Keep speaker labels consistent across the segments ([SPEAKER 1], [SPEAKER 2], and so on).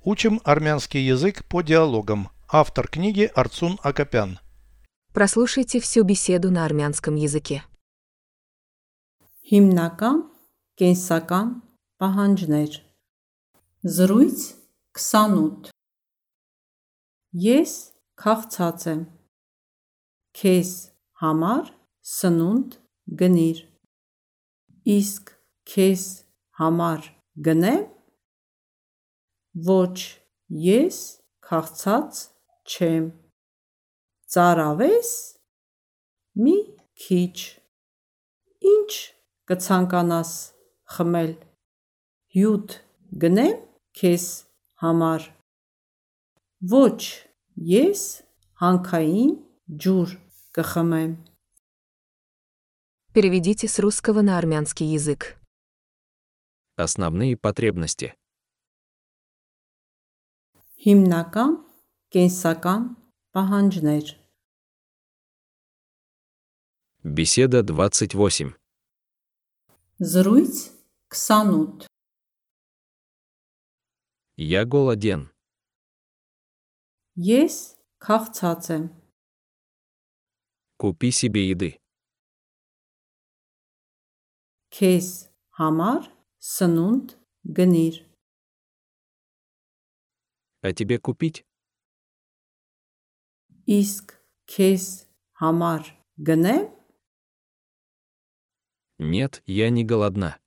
[SPEAKER 1] Учим армянский язык по диалогам. Автор книги Арцун Акопян.
[SPEAKER 2] Прослушайте всю беседу на армянском языке.
[SPEAKER 3] Հիմնական կենսական պահանջներ Զրույց 28 Ես քաղցած եմ Քեզ համար սնունդ գնիր Իսկ քեզ համար գնեմ Ոչ, ես քաղցած չեմ Ծարավես մի քիչ Ինչ կցանկանաս խմել։ Հյութ գնեմ քեզ համար։ Ոչ, ես հանքային ջուր կխմեմ։
[SPEAKER 2] Переведите с русского на армянский язык.
[SPEAKER 4] Основные потребности.
[SPEAKER 3] Հիմնական կենսական պահանջներ։
[SPEAKER 4] Беседа 28.
[SPEAKER 3] Զրույց 28
[SPEAKER 4] Я голоден.
[SPEAKER 3] Ես քաղցած եմ։
[SPEAKER 4] Купи себе еды.
[SPEAKER 3] Քեզ համար սնունդ գնիր։
[SPEAKER 4] А тебе купить?
[SPEAKER 3] Իսկ քեզ համար գնեմ։
[SPEAKER 4] Нет, я не голодна.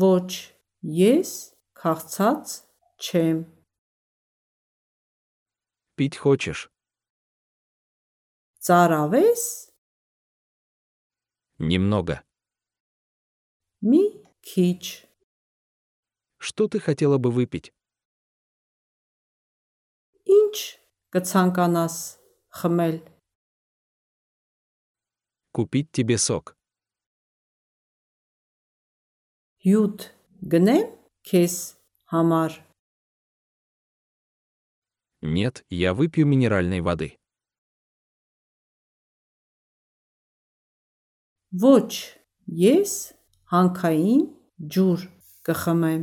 [SPEAKER 3] Ոչ, ես քաղցած չեմ։
[SPEAKER 4] Пить хочешь?
[SPEAKER 3] Ծարավես
[SPEAKER 4] Немного.
[SPEAKER 3] մի քիչ։
[SPEAKER 4] Что ты хотела бы выпить?
[SPEAKER 3] Ինչ կցանկանաս խմել։
[SPEAKER 4] Купить тебе сок.
[SPEAKER 3] Հյութ գնեմ քեզ համար։
[SPEAKER 4] Нет, я выпью минеральной воды.
[SPEAKER 3] Ոչ, ես հանքային ջուր կխմեմ։